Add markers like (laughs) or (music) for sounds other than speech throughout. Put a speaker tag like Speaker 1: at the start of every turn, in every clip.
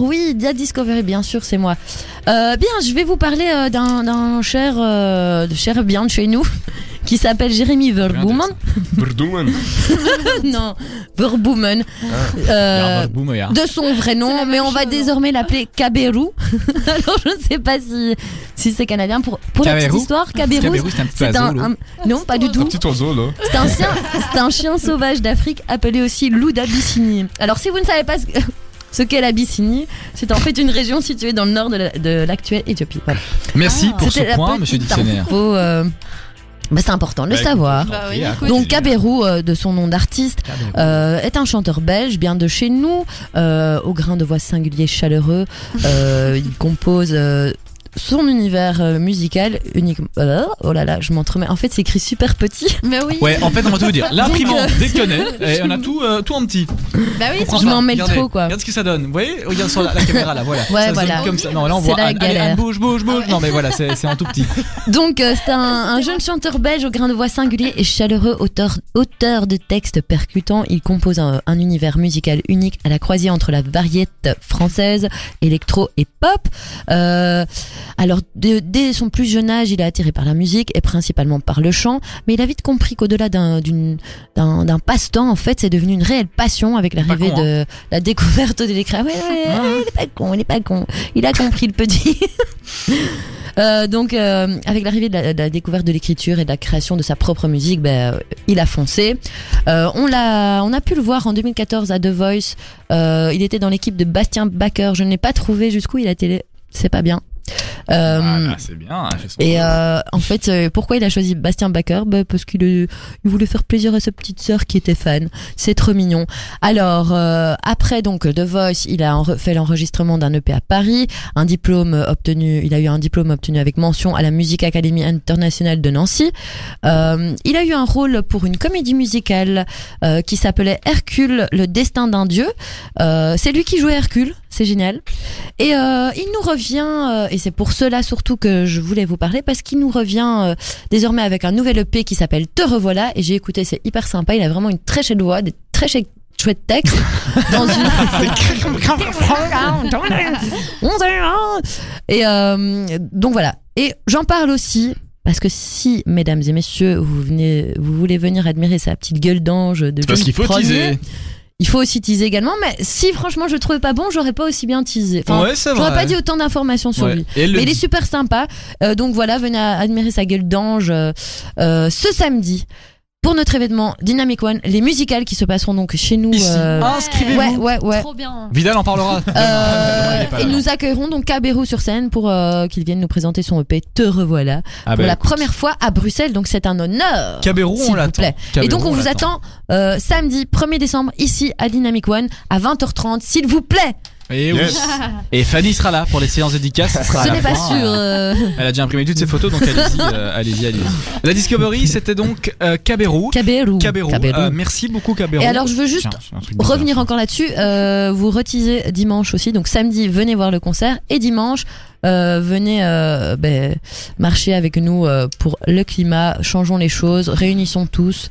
Speaker 1: Oui, Dia Discovery, bien sûr, c'est moi. Euh, bien, je vais vous parler euh, d'un- d'un cher, euh, de cher bien de chez nous (laughs) qui s'appelle Jérémy
Speaker 2: (laughs)
Speaker 1: Verboemen. Euh,
Speaker 2: Verdoemen.
Speaker 1: (laughs) non, Verboemen.
Speaker 3: Ah,
Speaker 1: Euh,
Speaker 3: Boum, regarde.
Speaker 1: de son vrai nom, mais on va désormais l'appeler Kaberu. (laughs) Alors, je ne sais pas si, si c'est canadien. Pour, pour la petite
Speaker 3: Kaberu
Speaker 1: histoire, Kaberu,
Speaker 3: Caberou, c'est un petit
Speaker 1: c'est
Speaker 3: oiseau.
Speaker 1: un,
Speaker 3: là.
Speaker 1: un- Non, pas du
Speaker 2: Un
Speaker 1: tout.
Speaker 2: petit oiseau, là.
Speaker 1: C'est un chien, c'est un chien sauvage d'Afrique appelé aussi loup d'Abyssinie. Alors si vous ne savez pas ce, que- ce qu'est l'Abyssinie, c'est en fait une région située dans le nord de la- de l'actuelle Éthiopie. Voilà.
Speaker 3: Merci Ah, pour
Speaker 1: Ah. C'était
Speaker 3: ce
Speaker 1: la
Speaker 3: point,
Speaker 1: petite
Speaker 3: monsieur Dictionnaire.
Speaker 1: info, euh, bah, c'est important de le
Speaker 2: Bah, écoute,
Speaker 1: savoir.
Speaker 4: Bah
Speaker 3: oui,
Speaker 4: oui,
Speaker 3: écoute.
Speaker 1: Donc Kaberu, euh, de son nom d'artiste, euh, est un chanteur belge, bien de chez nous, euh, au grain de voix singulier chaleureux. Euh,
Speaker 3: (laughs)
Speaker 1: il compose euh, son univers euh, musical uniquement. Oh là là, je m'entremets. En fait, c'est écrit super petit.
Speaker 4: Mais oui.
Speaker 3: Ouais, en fait, on va tout vous dire. L'imprimante
Speaker 1: Donc, euh,
Speaker 3: déconne. Et on a tout, euh, tout en petit.
Speaker 4: Bah oui.
Speaker 3: Comprends
Speaker 1: Je
Speaker 3: pas.
Speaker 1: m'en mêle
Speaker 3: Regardez.
Speaker 1: trop, quoi.
Speaker 3: Regarde ce que ça donne. Vous voyez Regarde sur la, la caméra là, voilà.
Speaker 1: Ouais,
Speaker 3: Ça se
Speaker 1: voilà.
Speaker 3: donne Comme ça. Non, là on
Speaker 1: C'est
Speaker 3: voit.
Speaker 1: la
Speaker 3: Anne, allez,
Speaker 1: galère.
Speaker 3: Anne, bouge, bouge, bouge. Non, mais voilà, c'est c'est en tout petit.
Speaker 1: Donc, euh, c'est un, un jeune chanteur belge au grain de voix singulier et chaleureux, auteur, auteur de textes percutants. Il compose un, un univers musical unique à la croisée entre la variété française, électro et pop. Euh, alors, dès- dès son plus jeune âge, il est attiré par la musique et principalement par le chant, mais il a vite compris qu'au-delà d'un d'une- d'un- d'un passe-temps, en fait, c'est devenu une réelle passion avec l'arrivée
Speaker 3: con, hein. Ah.
Speaker 1: de la découverte de l'écran. Ouais, ouais, ouais, il est pas con, il est pas con. Il a compris le petit. (laughs) Euh, donc, euh, avec l'arrivée de la, de la découverte de l'écriture et de la création de sa propre musique, ben, euh, il a foncé. Euh, on l'a, on a pu le voir en 2014 à The Voice. Euh, il était dans l'équipe de Bastien Backer. Je ne l'ai pas trouvé jusqu'où il a été. C'est pas bien. Euh,
Speaker 3: Voilà, Ah, c'est bien. hein, elle fait son-
Speaker 1: et euh, en fait, euh, pourquoi il a choisi Bastien Backer Bah, Parce qu'il euh, il voulait faire plaisir à sa petite sœur qui était fan. C'est trop mignon. Alors, euh, après donc The Voice, il a enre- fait l'enregistrement d'un EP à Paris, un diplôme euh, obtenu, il a eu un diplôme obtenu avec mention à la Music Academy Internationale de Nancy. Euh, il a eu un rôle pour une comédie musicale euh, qui s'appelait Hercule, le destin d'un dieu. Euh, c'est lui qui jouait Hercule, c'est génial. Et euh, il nous revient, euh, et c'est pour cela surtout que je voulais vous parler, parce qu'il nous revient euh, désormais avec un nouvel EP qui s'appelle Te revoilà, et j'ai écouté, c'est hyper sympa, il a vraiment une très chouette voix, des très chou- chouettes textes. dans (laughs) une... et euh, donc voilà. Et j'en parle aussi. Parce que si, mesdames et messieurs, vous venez, vous voulez venir admirer sa petite gueule d'ange de
Speaker 2: Parce
Speaker 1: Louis
Speaker 2: qu'il faut
Speaker 1: Ier,
Speaker 2: teaser.
Speaker 1: il faut aussi teaser également, mais si franchement je le trouvais pas bon, j'aurais pas aussi bien teasé. Enfin,
Speaker 3: ouais, c'est vrai.
Speaker 1: j'aurais pas dit autant d'informations sur
Speaker 3: Ouais.
Speaker 1: lui.
Speaker 3: Et
Speaker 1: Mais
Speaker 3: le
Speaker 1: il est super sympa. Euh, donc voilà, venez à- admirer sa gueule d'ange euh, euh, ce samedi pour notre événement Dynamic One, les musicales qui se passeront donc chez nous.
Speaker 3: ici. Ah,
Speaker 1: euh,
Speaker 3: Inscrivez-vous.
Speaker 1: ouais, ouais, ouais.
Speaker 4: Trop bien.
Speaker 3: Vidal en parlera.
Speaker 1: Euh,
Speaker 3: Non, il est pas
Speaker 1: et
Speaker 3: là.
Speaker 1: nous accueillerons donc Cabero sur scène pour euh, qu'il vienne nous présenter son EP Te revoilà
Speaker 3: Ah,
Speaker 1: pour
Speaker 3: bah,
Speaker 1: la
Speaker 3: écoute.
Speaker 1: première fois à Bruxelles. Donc c'est un honneur.
Speaker 3: Caberou,
Speaker 1: s'il
Speaker 3: on
Speaker 1: vous
Speaker 3: l'attend.
Speaker 1: plaît. Et donc on vous attend euh, samedi 1er décembre ici à Dynamic One à 20h30 s'il vous plaît.
Speaker 3: Et, oui.
Speaker 2: Yes.
Speaker 3: Et Fanny sera là pour les séances dédicaces. ça sera à
Speaker 1: Ce
Speaker 3: la
Speaker 1: n'est pas
Speaker 3: fin.
Speaker 1: sûr.
Speaker 3: (laughs)
Speaker 1: euh,
Speaker 3: Elle a déjà imprimé toutes ses photos, donc allez-y, euh, allez-y, allez-y. La Discovery, c'était donc euh, Caberou.
Speaker 1: Cabero.
Speaker 3: Caberou.
Speaker 1: Cabero.
Speaker 3: Euh, merci beaucoup Caberou.
Speaker 1: Et alors, je veux juste
Speaker 3: Tiens, c'est un truc bizarre.
Speaker 1: Revenir encore là-dessus, euh, vous retisez dimanche aussi, donc samedi venez voir le concert et dimanche euh, venez euh, ben, marcher avec nous euh, pour le climat, changeons les choses, réunissons tous,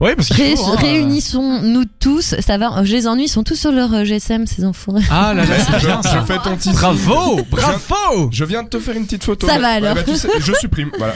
Speaker 3: Ouais, parce qu'il
Speaker 1: Ré-
Speaker 3: faut, hein.
Speaker 1: réunissons-nous tous, ça va, euh, je les ennuie, ils sont tous sur leur euh, GSM ces enfants.
Speaker 3: Ah là
Speaker 1: (laughs)
Speaker 3: là,
Speaker 2: Je,
Speaker 3: c'est bien
Speaker 2: je
Speaker 3: ça.
Speaker 2: fais ton teasing.
Speaker 3: Bravo, bravo.
Speaker 2: Je viens de te faire une petite photo.
Speaker 1: Ça
Speaker 2: mais-
Speaker 1: va,
Speaker 2: ouais,
Speaker 1: alors.
Speaker 2: bah, tu sais, je supprime. Voilà.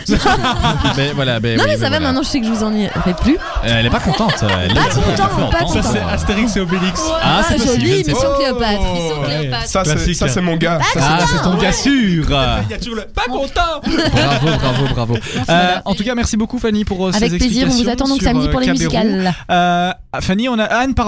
Speaker 3: Ben voilà, ben
Speaker 1: non
Speaker 3: oui,
Speaker 1: mais
Speaker 3: ben
Speaker 1: ça va,
Speaker 3: voilà.
Speaker 1: maintenant je sais que je vous ennuierai plus.
Speaker 3: Euh, Elle est pas contente. Elle
Speaker 1: Pas
Speaker 3: est- elle est
Speaker 1: content,
Speaker 3: fait
Speaker 1: pas
Speaker 3: entendre.
Speaker 1: content. Ça, c'est
Speaker 5: Astérix et Obélix.
Speaker 3: Ah, c'est possible, je
Speaker 1: jolie
Speaker 3: ne sais
Speaker 1: mission
Speaker 2: pas.
Speaker 1: Cléopâtre.
Speaker 2: Oh.
Speaker 1: Mission Cléopâtre.
Speaker 2: Ça, c'est,
Speaker 5: Classique.
Speaker 2: ça, c'est mon gars. Ça,
Speaker 3: Ah, c'est ton gars sûr.
Speaker 5: Il y a toujours le pas
Speaker 3: (laughs)
Speaker 5: content.
Speaker 3: Bravo, bravo, bravo. Euh, en tout cas, merci beaucoup Fanny pour euh, ces
Speaker 1: Avec plaisir, on
Speaker 3: explications
Speaker 1: vous attend donc
Speaker 3: sur,
Speaker 1: samedi
Speaker 3: euh,
Speaker 1: pour les
Speaker 3: Caberou.
Speaker 1: musicales.
Speaker 3: Euh, Fanny, on a Anne, pardon.